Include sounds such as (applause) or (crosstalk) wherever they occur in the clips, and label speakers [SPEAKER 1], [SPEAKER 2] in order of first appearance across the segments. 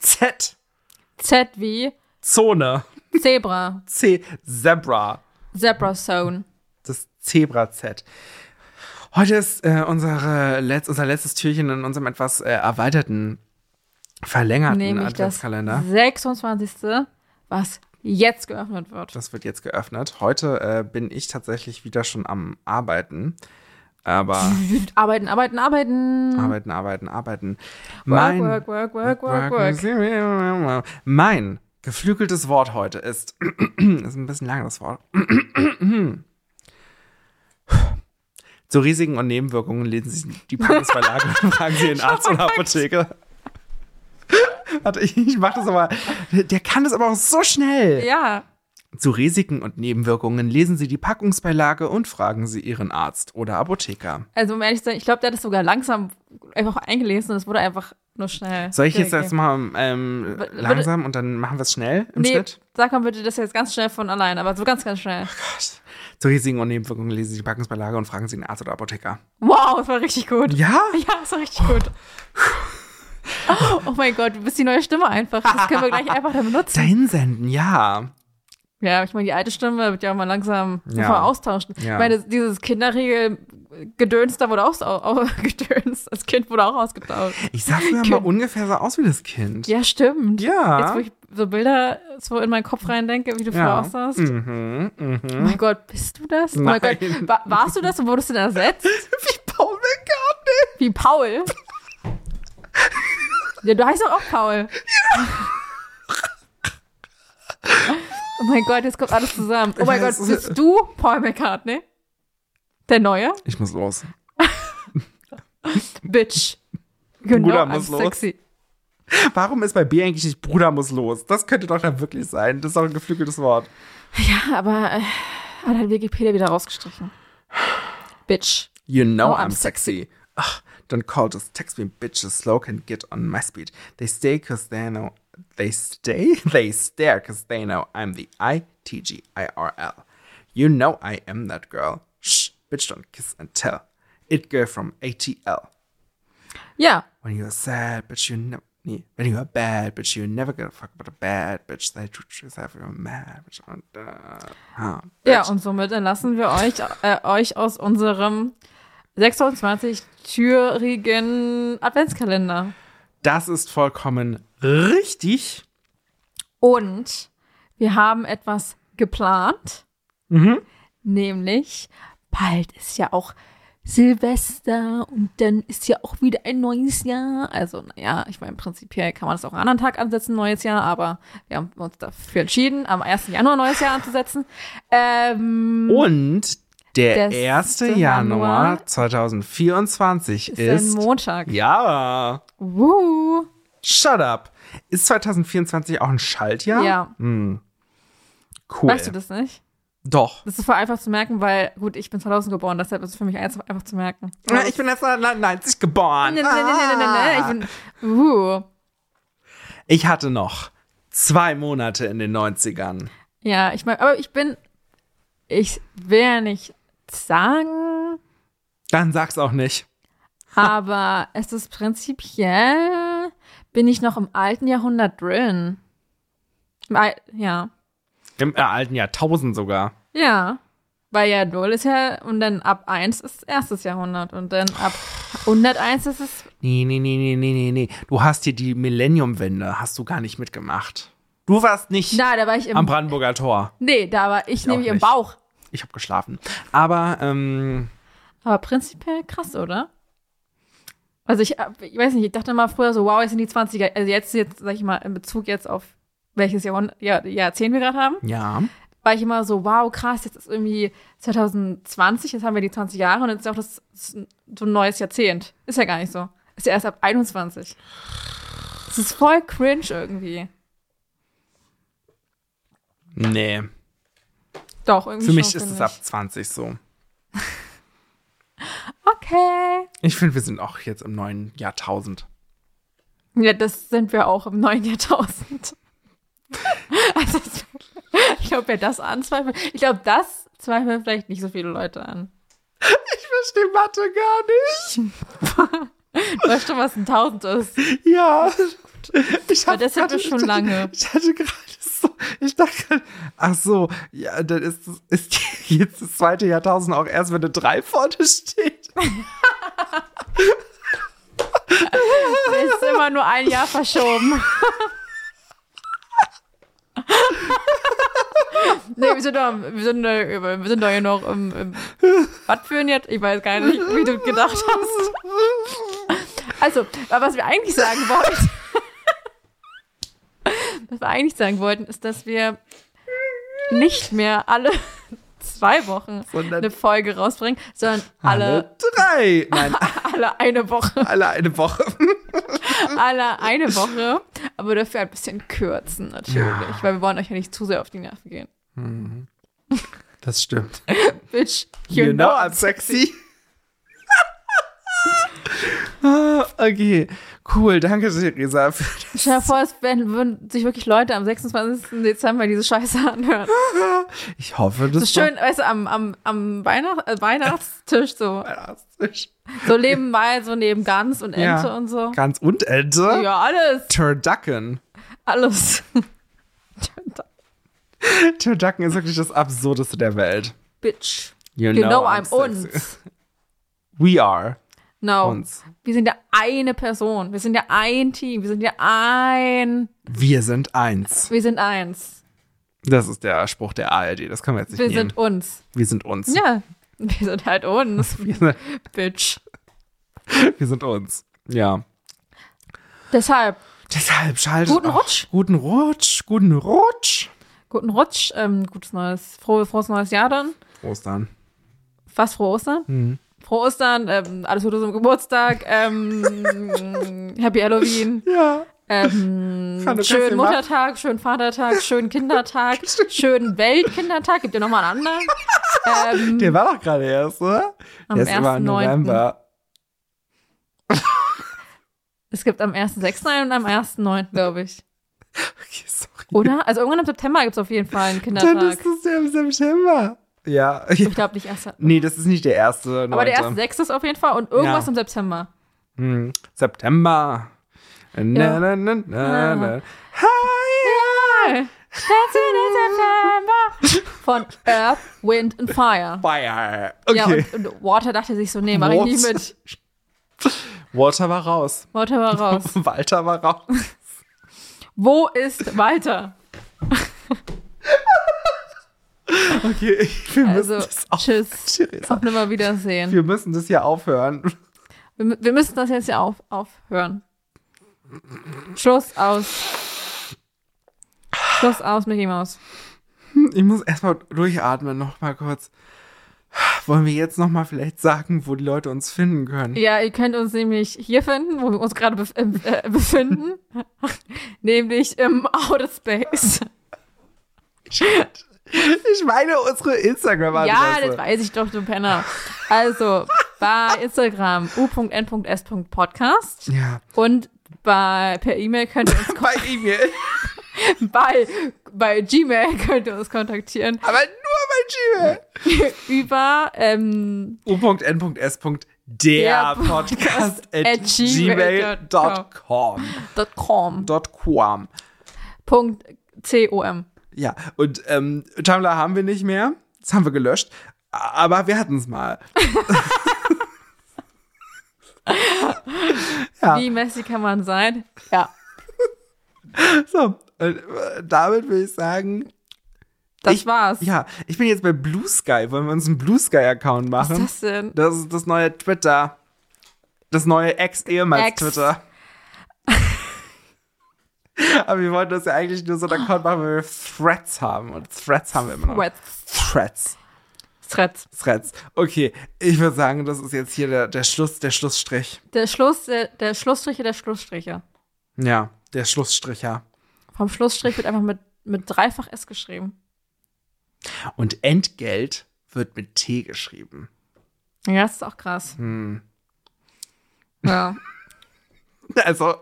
[SPEAKER 1] Z.
[SPEAKER 2] Z wie
[SPEAKER 1] Zone.
[SPEAKER 2] Zebra.
[SPEAKER 1] C. Zebra.
[SPEAKER 2] Zebra Zone.
[SPEAKER 1] Das Zebra-Z. Heute ist äh, unsere Letz-, unser letztes Türchen in unserem etwas äh, erweiterten, verlängerten
[SPEAKER 2] Nämlich das
[SPEAKER 1] Adventskalender.
[SPEAKER 2] 26. Was jetzt geöffnet wird.
[SPEAKER 1] Das wird jetzt geöffnet. Heute äh, bin ich tatsächlich wieder schon am Arbeiten. Aber
[SPEAKER 2] Arbeiten, arbeiten, arbeiten.
[SPEAKER 1] arbeiten, arbeiten, arbeiten.
[SPEAKER 2] Mhm. Work,
[SPEAKER 1] Mein,
[SPEAKER 2] work, work, work, work, work.
[SPEAKER 1] mein geflügeltes Wort heute ist, (clears throat) ist ein bisschen lang das Wort. (clears throat) Zu Risiken und Nebenwirkungen lesen Sie die Packungsbeilage
[SPEAKER 2] (laughs)
[SPEAKER 1] und fragen Sie den Arzt oder Apotheke. (laughs) Warte, ich, ich mach das aber. Der kann das aber auch so schnell.
[SPEAKER 2] Ja.
[SPEAKER 1] Zu Risiken und Nebenwirkungen lesen Sie die Packungsbeilage und fragen Sie Ihren Arzt oder Apotheker.
[SPEAKER 2] Also um ehrlich zu sein, ich glaube, der hat das sogar langsam einfach eingelesen und es wurde einfach nur schnell.
[SPEAKER 1] Soll ich jetzt
[SPEAKER 2] wiedergegeben.
[SPEAKER 1] erstmal ähm,
[SPEAKER 2] W- würde-
[SPEAKER 1] langsam und dann machen wir es schnell im
[SPEAKER 2] Nee,
[SPEAKER 1] Schnitt?
[SPEAKER 2] sag mal bitte das jetzt ganz schnell von allein, aber so ganz, ganz schnell.
[SPEAKER 1] Gott. Zu Risiken und Nebenwirkungen lesen Sie die Packungsbeilage und fragen Sie den Arzt oder Apotheker.
[SPEAKER 2] Wow, das war richtig gut.
[SPEAKER 1] Ja?
[SPEAKER 2] Ja, das war richtig
[SPEAKER 1] (laughs)
[SPEAKER 2] gut. Oh mein Gott, du bist die neue Stimme einfach. Das können wir gleich einfach dann benutzen.
[SPEAKER 1] Dahin senden, ja.
[SPEAKER 2] Ja, ich meine, die alte Stimme wird ja auch mal langsam
[SPEAKER 1] Ja.
[SPEAKER 2] ja. austauschen.
[SPEAKER 1] Ja.
[SPEAKER 2] Ich meine, dieses Kinderregel-Gedöns da wurde auch, (laughs) auch gedöns. Das Kind wurde auch ausgetauscht.
[SPEAKER 1] Ich sah früher mal ungefähr so aus wie das Kind.
[SPEAKER 2] Ja, stimmt. Jetzt,
[SPEAKER 1] Ja.
[SPEAKER 2] wo ich so Bilder so in meinen Kopf reindenke, wie du
[SPEAKER 1] Ja.
[SPEAKER 2] vorher aussahst.
[SPEAKER 1] Mhm,
[SPEAKER 2] Oh
[SPEAKER 1] mhm.
[SPEAKER 2] mein Gott, bist du das? Oh mein
[SPEAKER 1] Nein.
[SPEAKER 2] Gott, wa warst du das und wurdest du denn
[SPEAKER 1] (laughs)
[SPEAKER 2] ersetzt?
[SPEAKER 1] Wie Paul McCartney.
[SPEAKER 2] Wie Paul? ja, du heißt doch auch Paul. (laughs) oh mein Gott, jetzt kommt alles zusammen. Oh mein Gott,
[SPEAKER 1] Das-
[SPEAKER 2] bist du Paul McCartney? Der Neue?
[SPEAKER 1] Ich muss los.
[SPEAKER 2] Bitch. Genau,
[SPEAKER 1] Bruder
[SPEAKER 2] I'm
[SPEAKER 1] muss los.
[SPEAKER 2] sexy.
[SPEAKER 1] Warum ist bei B eigentlich nicht Bruder muss los? Das könnte doch dann wirklich sein. Das ist doch ein geflügeltes Wort.
[SPEAKER 2] Ja, aber äh, hat halt Wikipedia wieder rausgestrichen. Bitch.
[SPEAKER 1] You know
[SPEAKER 2] Oh,
[SPEAKER 1] I'm
[SPEAKER 2] I'm
[SPEAKER 1] sexy. Ugh, don't call just text me bitches. Slow can get on my speed. They stay cause they know. They stay? (laughs) They stare cause they know I'm the ITGIRL. You know I am that girl. Shh, bitch don't kiss and tell. It girl from ATL.
[SPEAKER 2] Ja,
[SPEAKER 1] When you're sad, but you never. When you are bad, but you never give a fuck about a bad bitch. They treat you as if you're mad. Bitch. Und, äh, ah,
[SPEAKER 2] ja, und somit entlassen wir euch, äh, euch aus unserem 26-türigen Adventskalender.
[SPEAKER 1] Das ist vollkommen richtig.
[SPEAKER 2] Und wir haben etwas geplant. Nämlich, bald ist ja auch Silvester und dann ist ja auch wieder ein neues Jahr. Also, naja, ich meine, prinzipiell kann man das auch an einem anderen Tag ansetzen, neues Jahr, aber wir haben uns dafür entschieden, am 1. Januar neues Jahr anzusetzen. Ähm,
[SPEAKER 1] Und der
[SPEAKER 2] Der
[SPEAKER 1] 1.
[SPEAKER 2] Januar
[SPEAKER 1] Januar 2024
[SPEAKER 2] ist,
[SPEAKER 1] ist.
[SPEAKER 2] ein Montag.
[SPEAKER 1] ja.
[SPEAKER 2] Woo.
[SPEAKER 1] Shut up. Ist 2024 auch ein Schaltjahr?
[SPEAKER 2] Ja.
[SPEAKER 1] Hm. Cool.
[SPEAKER 2] Weißt du das nicht?
[SPEAKER 1] Doch.
[SPEAKER 2] Das ist voll einfach zu merken, weil, gut, ich bin 2000 geboren, deshalb ist es für mich einfach einfach zu merken. Ah.
[SPEAKER 1] Na, Ich bin erst 1990 geboren.
[SPEAKER 2] Nein, nein, nein, nein, nein, nein. Ich bin, uh.
[SPEAKER 1] Ah. Ich hatte noch zwei Monate in den 90ern.
[SPEAKER 2] Ja, ich meine, aber ich bin, ich will ja nicht sagen,
[SPEAKER 1] Dann sag's auch nicht.
[SPEAKER 2] aber es ist prinzipiell, bin ich noch im alten Jahrhundert drin. Im Al ja,
[SPEAKER 1] Im äh, alten Jahrtausend sogar.
[SPEAKER 2] ja. Weil ja 0 ist ja, und dann ab 1 ist erstes Jahrhundert und dann ab 101 ist es,
[SPEAKER 1] Nee, nee, nee, nee, nee, nee, nee. Du hast hier die Millenniumwende, hast du gar nicht mitgemacht. Du warst nicht
[SPEAKER 2] na, da war ich
[SPEAKER 1] am
[SPEAKER 2] im,
[SPEAKER 1] Brandenburger Tor.
[SPEAKER 2] nee, da war ich, nämlich im
[SPEAKER 1] nicht.
[SPEAKER 2] Bauch.
[SPEAKER 1] Ich habe geschlafen. Aber ähm,
[SPEAKER 2] Aber prinzipiell krass, oder? Also ich, hab- ich weiß nicht, ich dachte mal früher so, wow, jetzt sind die 20er, also jetzt, jetzt sag ich mal, in Bezug jetzt auf welches Jahrhund ja, Jahrzehnt wir gerade haben,
[SPEAKER 1] ja,
[SPEAKER 2] war ich immer so, wow, krass, jetzt ist irgendwie 2020, jetzt haben wir die 20 Jahre und jetzt ist auch das das ist so ein neues Jahrzehnt. Ist ja gar nicht so. Ist ja erst ab 21. Es ist voll cringe irgendwie.
[SPEAKER 1] nee.
[SPEAKER 2] Doch, irgendwie
[SPEAKER 1] Für mich
[SPEAKER 2] schon,
[SPEAKER 1] ist es
[SPEAKER 2] finde
[SPEAKER 1] ab 20 so.
[SPEAKER 2] ich. Okay.
[SPEAKER 1] Ich finde, wir sind auch jetzt im neuen Jahrtausend.
[SPEAKER 2] Ja, das sind wir auch im neuen Jahrtausend. (laughs) Also, das- ich glaube, wer das anzweifelt, ich glaube, das zweifeln vielleicht nicht so viele Leute an.
[SPEAKER 1] Ich verstehe Mathe gar
[SPEAKER 2] (laughs) Weißt du, was ein Tausend ist?
[SPEAKER 1] nicht. Ja.
[SPEAKER 2] gedacht. Oh Weil das sind wir schon lange.
[SPEAKER 1] Ich hatte gerade so, ich dachte, gerade, ach so, ja, dann ist, das- ist jetzt das zweite Jahrtausend auch erst, wenn eine 3 vorne
[SPEAKER 2] (laughs)
[SPEAKER 1] steht.
[SPEAKER 2] Es ist immer nur ein Jahr verschoben. (laughs) nee, wir sind doch, wir sind, äh, wir sind doch hier noch im, im Was für ein jetzt? Ich weiß gar nicht, wie du gedacht hast. Also, aber was wir
[SPEAKER 1] (laughs)
[SPEAKER 2] eigentlich sagen wollten, was wir eigentlich sagen wollten, ist, dass wir nicht mehr alle zwei Wochen
[SPEAKER 1] Sondern-
[SPEAKER 2] eine Folge rausbringen, sondern alle,
[SPEAKER 1] drei. Nein,
[SPEAKER 2] alle eine Woche
[SPEAKER 1] alle eine Woche.
[SPEAKER 2] alle eine Woche, aber dafür ein bisschen kürzen natürlich, weil wir wollen euch ja nicht zu sehr auf die Nerven gehen.
[SPEAKER 1] Das stimmt.
[SPEAKER 2] Bitch,
[SPEAKER 1] You, know, I'm sexy. Ah, okay, cool. Danke, Theresa. für das.
[SPEAKER 2] Stell dir vor, es werden, würden sich wirklich Leute am 26. Dezember diese Scheiße anhören.
[SPEAKER 1] Ich hoffe, (laughs) das
[SPEAKER 2] So schön, weißt du, am, am, am Weihnacht, äh, Weihnachtstisch so,
[SPEAKER 1] fantastisch.
[SPEAKER 2] so nebenbei, so neben Gans und
[SPEAKER 1] Ja.
[SPEAKER 2] Ente und so.
[SPEAKER 1] Ganz und Ente.
[SPEAKER 2] Ja, alles,
[SPEAKER 1] Turducken.
[SPEAKER 2] alles.
[SPEAKER 1] Turducken ist wirklich das Absurdeste der Welt.
[SPEAKER 2] Bitch,
[SPEAKER 1] You,
[SPEAKER 2] you know I'm
[SPEAKER 1] sexy.
[SPEAKER 2] uns.
[SPEAKER 1] We are
[SPEAKER 2] No,
[SPEAKER 1] uns.
[SPEAKER 2] wir sind ja eine Person, wir sind ja ein Team, wir sind ja ein,
[SPEAKER 1] Wir sind eins.
[SPEAKER 2] wir sind eins.
[SPEAKER 1] Das ist der Spruch der ARD. Das können wir jetzt nicht
[SPEAKER 2] Wir
[SPEAKER 1] nehmen.
[SPEAKER 2] sind uns.
[SPEAKER 1] wir sind uns.
[SPEAKER 2] Ja, wir sind halt
[SPEAKER 1] (laughs)
[SPEAKER 2] uns,
[SPEAKER 1] Wir, sind,
[SPEAKER 2] Bitch.
[SPEAKER 1] wir sind uns. Ja.
[SPEAKER 2] Deshalb,
[SPEAKER 1] Deshalb schaltet.
[SPEAKER 2] Guten Rutsch.
[SPEAKER 1] Guten Rutsch. Guten Rutsch.
[SPEAKER 2] guten Rutsch, ähm, gutes neues, frohe, frohes neues Jahr dann.
[SPEAKER 1] Prost dann.
[SPEAKER 2] Fast frohe Ostern.
[SPEAKER 1] Mhm.
[SPEAKER 2] Frohe Ostern, ähm, alles Gute zum Geburtstag, ähm, (laughs) Happy Halloween,
[SPEAKER 1] Ja. (laughs)
[SPEAKER 2] ähm,
[SPEAKER 1] Kann du
[SPEAKER 2] schönen
[SPEAKER 1] Kaffee machen?
[SPEAKER 2] Muttertag, schönen
[SPEAKER 1] (laughs)
[SPEAKER 2] Vatertag, schönen Kindertag, schönen Weltkindertag. Gibt ihr nochmal einen anderen? Ähm,
[SPEAKER 1] Der war doch gerade erst, oder?
[SPEAKER 2] Am
[SPEAKER 1] der ist immer im
[SPEAKER 2] 1.9..
[SPEAKER 1] November.
[SPEAKER 2] es gibt am 1.6. einen und am 1.9., glaube ich.
[SPEAKER 1] Okay, sorry.
[SPEAKER 2] Oder? Also irgendwann im September gibt es auf jeden Fall einen
[SPEAKER 1] Dann ist
[SPEAKER 2] Kindertag.
[SPEAKER 1] es der im September. Ja. (laughs)
[SPEAKER 2] Ich glaube nicht erst.
[SPEAKER 1] Nee, das ist nicht der erste.
[SPEAKER 2] Aber der
[SPEAKER 1] Neunte.
[SPEAKER 2] erste sechste ist auf jeden Fall und irgendwas
[SPEAKER 1] Ja.
[SPEAKER 2] im September.
[SPEAKER 1] Hm, September. Na,
[SPEAKER 2] Ja.
[SPEAKER 1] na, na, na,
[SPEAKER 2] Ah.
[SPEAKER 1] na. Hi, hi.
[SPEAKER 2] Von Earth, Wind and Fire.
[SPEAKER 1] Fire. Okay.
[SPEAKER 2] Ja, und, und Water dachte sich so, nee, mach ich nicht
[SPEAKER 1] Water.
[SPEAKER 2] mit.
[SPEAKER 1] Walter war raus.
[SPEAKER 2] Water war raus.
[SPEAKER 1] (laughs) Walter war raus.
[SPEAKER 2] Wo ist Walter?
[SPEAKER 1] Okay, wir müssen,
[SPEAKER 2] Also,
[SPEAKER 1] das auch,
[SPEAKER 2] tschüss.
[SPEAKER 1] Theresa.
[SPEAKER 2] Auf nimmer Wiedersehen.
[SPEAKER 1] wir müssen das hier aufhören. (laughs)
[SPEAKER 2] Wir, mü- wir müssen das jetzt ja auf, aufhören. Schluss aus. Schluss aus, Mickey Mouse.
[SPEAKER 1] Ich muss erstmal durchatmen, nochmal kurz. Wollen wir jetzt nochmal vielleicht sagen, wo die Leute uns finden können?
[SPEAKER 2] Ja, ihr könnt uns nämlich hier finden, wo wir uns gerade bef ähm, äh, (laughs) befinden. nämlich im Outer Space.
[SPEAKER 1] (laughs) Ich meine unsere
[SPEAKER 2] Ja, das
[SPEAKER 1] Instagram-Adresse.
[SPEAKER 2] weiß ich doch, du Penner. Also, bei Instagram u.n.s.podcast
[SPEAKER 1] Ja,
[SPEAKER 2] und bei, per E-Mail könnt
[SPEAKER 1] (laughs)
[SPEAKER 2] ihr uns,
[SPEAKER 1] bei E-Mail.
[SPEAKER 2] bei, bei Gmail könnt ihr uns kontaktieren
[SPEAKER 1] Aber nur bei Gmail.
[SPEAKER 2] über, ähm,
[SPEAKER 1] u.n.s.der
[SPEAKER 2] Der
[SPEAKER 1] Podcast at
[SPEAKER 2] at
[SPEAKER 1] gmail.com.
[SPEAKER 2] .com.
[SPEAKER 1] Dot com.
[SPEAKER 2] Punkt .com.
[SPEAKER 1] Ja, und ähm, Tumblr haben wir nicht mehr. Das haben wir gelöscht. Aber wir hatten es mal. Ja.
[SPEAKER 2] Wie messy kann man sein? Ja,
[SPEAKER 1] So, und, äh, damit will ich sagen,
[SPEAKER 2] das
[SPEAKER 1] Ich-
[SPEAKER 2] war's.
[SPEAKER 1] ja, ich bin jetzt bei Blue Sky. Wollen wir uns einen Blue Sky-Account
[SPEAKER 2] Was ist
[SPEAKER 1] machen?
[SPEAKER 2] das denn?
[SPEAKER 1] Das ist das neue Twitter. Das neue
[SPEAKER 2] Ex. (laughs)
[SPEAKER 1] Ex-Ehemals-Twitter. Aber wir wollten das ja eigentlich nur so einen Account machen, weil wir Threads haben. Und Threads haben wir immer noch.
[SPEAKER 2] Threads.
[SPEAKER 1] Threads.
[SPEAKER 2] Threads.
[SPEAKER 1] Threads. Okay, ich würde sagen, das ist jetzt hier der, der Schluss, der Schlussstrich.
[SPEAKER 2] Der Schluss, der, der Schlussstriche der Schlussstriche.
[SPEAKER 1] Ja, der Schlussstricher.
[SPEAKER 2] Vom Schlussstrich wird einfach mit, mit dreifach S geschrieben.
[SPEAKER 1] Und Entgelt wird mit T geschrieben. (laughs)
[SPEAKER 2] Ja, das ist auch krass.
[SPEAKER 1] Hm.
[SPEAKER 2] Ja.
[SPEAKER 1] Also,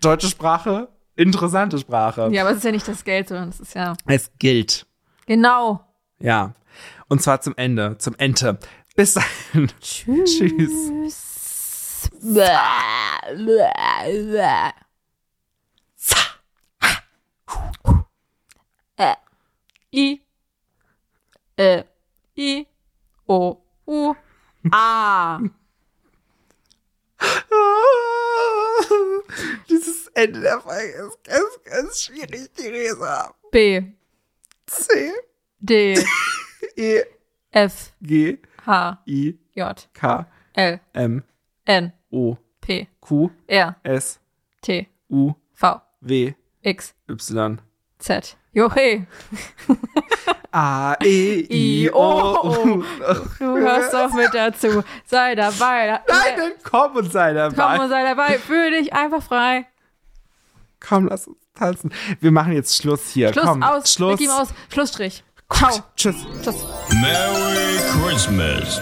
[SPEAKER 1] deutsche Sprache, interessante Sprache.
[SPEAKER 2] Ja, aber es ist ja nicht das Geld, sondern es ist ja.
[SPEAKER 1] Es gilt.
[SPEAKER 2] Genau.
[SPEAKER 1] Ja. Und zwar zum Ende, zum Ente. Bis dahin.
[SPEAKER 2] Tschüss.
[SPEAKER 1] Tschüss.
[SPEAKER 2] Tschüss. Bäh, bäh, bäh. Sa. Ä. I. Ä. I. O. U. A.
[SPEAKER 1] Ah. Dieses Ende der Folge ist ganz, ganz schwierig, Theresa.
[SPEAKER 2] B.
[SPEAKER 1] C,
[SPEAKER 2] D.
[SPEAKER 1] E,
[SPEAKER 2] F.
[SPEAKER 1] G,
[SPEAKER 2] H.
[SPEAKER 1] I,
[SPEAKER 2] J.
[SPEAKER 1] K,
[SPEAKER 2] L.
[SPEAKER 1] M,
[SPEAKER 2] N.
[SPEAKER 1] O,
[SPEAKER 2] P.
[SPEAKER 1] Q,
[SPEAKER 2] R.
[SPEAKER 1] S,
[SPEAKER 2] T.
[SPEAKER 1] U,
[SPEAKER 2] V.
[SPEAKER 1] W,
[SPEAKER 2] X.
[SPEAKER 1] Y.
[SPEAKER 2] Z. Johe.
[SPEAKER 1] A, E, I,
[SPEAKER 2] (laughs)
[SPEAKER 1] O.
[SPEAKER 2] Du hörst doch mit dazu. Sei dabei.
[SPEAKER 1] Nein, dann komm und sei dabei.
[SPEAKER 2] Komm und
[SPEAKER 1] Komm,
[SPEAKER 2] sei dabei. Fühl dich einfach frei.
[SPEAKER 1] lass uns tanzen. Wir machen jetzt Schluss hier.
[SPEAKER 2] Schluss
[SPEAKER 1] komm,
[SPEAKER 2] aus.
[SPEAKER 1] Schluss.
[SPEAKER 2] Mickey Maus. Schlussstrich. Ciao.
[SPEAKER 1] Tschüss.
[SPEAKER 2] Tschüss.
[SPEAKER 3] Merry Christmas.